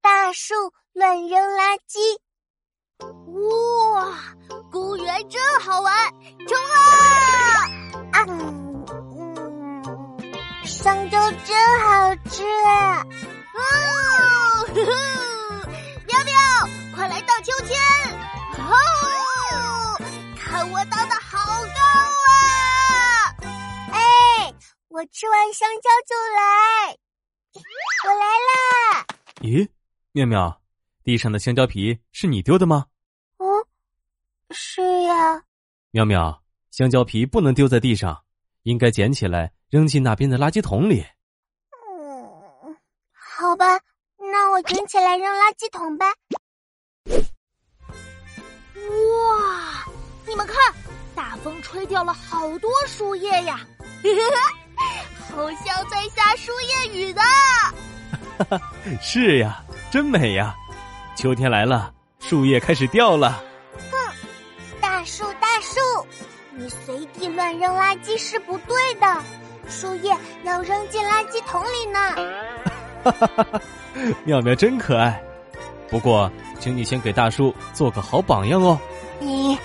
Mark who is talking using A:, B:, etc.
A: 大树乱扔垃圾。
B: 哇，公园真好玩，冲啊！
A: 啊，嗯嗯，香蕉真好吃。
B: 哦，啊呵呵喵喵，快来荡秋千！哦，看我荡的好高啊！
A: 哎，我吃完香蕉就来，我来啦！
C: 咦，妙妙，地上的香蕉皮是你丢的吗？
A: 嗯，是呀，
C: 妙妙，香蕉皮不能丢在地上，应该捡起来扔进那边的垃圾桶里。
A: 嗯，好吧，那我捡起来扔垃圾桶吧。
B: 哇，你们看，大风吹掉了好多树叶 呀，好像在下树叶雨呢。
C: 是呀，真美呀！秋天来了，树叶开始掉了。
A: 大树，大树，你随地乱扔垃圾是不对的，树叶要扔进垃圾桶里呢。
C: 妙妙真可爱。不过，请你先给大叔做个好榜样哦。
A: 你。